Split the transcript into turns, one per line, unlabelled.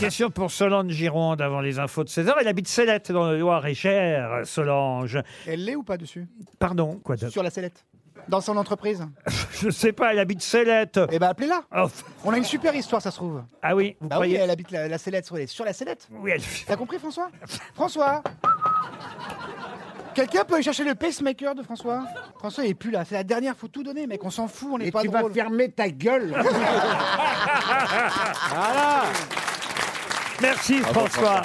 question pour Solange Gironde avant les infos de 16h. Elle habite Célette dans le Loir-et-Cher, Solange.
Elle l'est ou pas dessus
Pardon, quoi de...
Sur la sellette Dans son entreprise
Je sais pas, elle habite Célette.
Eh ben appelez-la
Oh, f-
On a une super histoire, ça se trouve.
ah oui, vous
Bah oui,
croyez
elle habite la, la sellette, sur, les- sur la sellette.
Oui, elle-
T'as compris, François François Quelqu'un peut aller chercher le pacemaker de François François, il est plus là. C'est la dernière, faut tout donner, mec. On s'en fout, on est
Et
pas
tu vas
drôle.
fermer ta gueule.
Ah bah,
Merci François.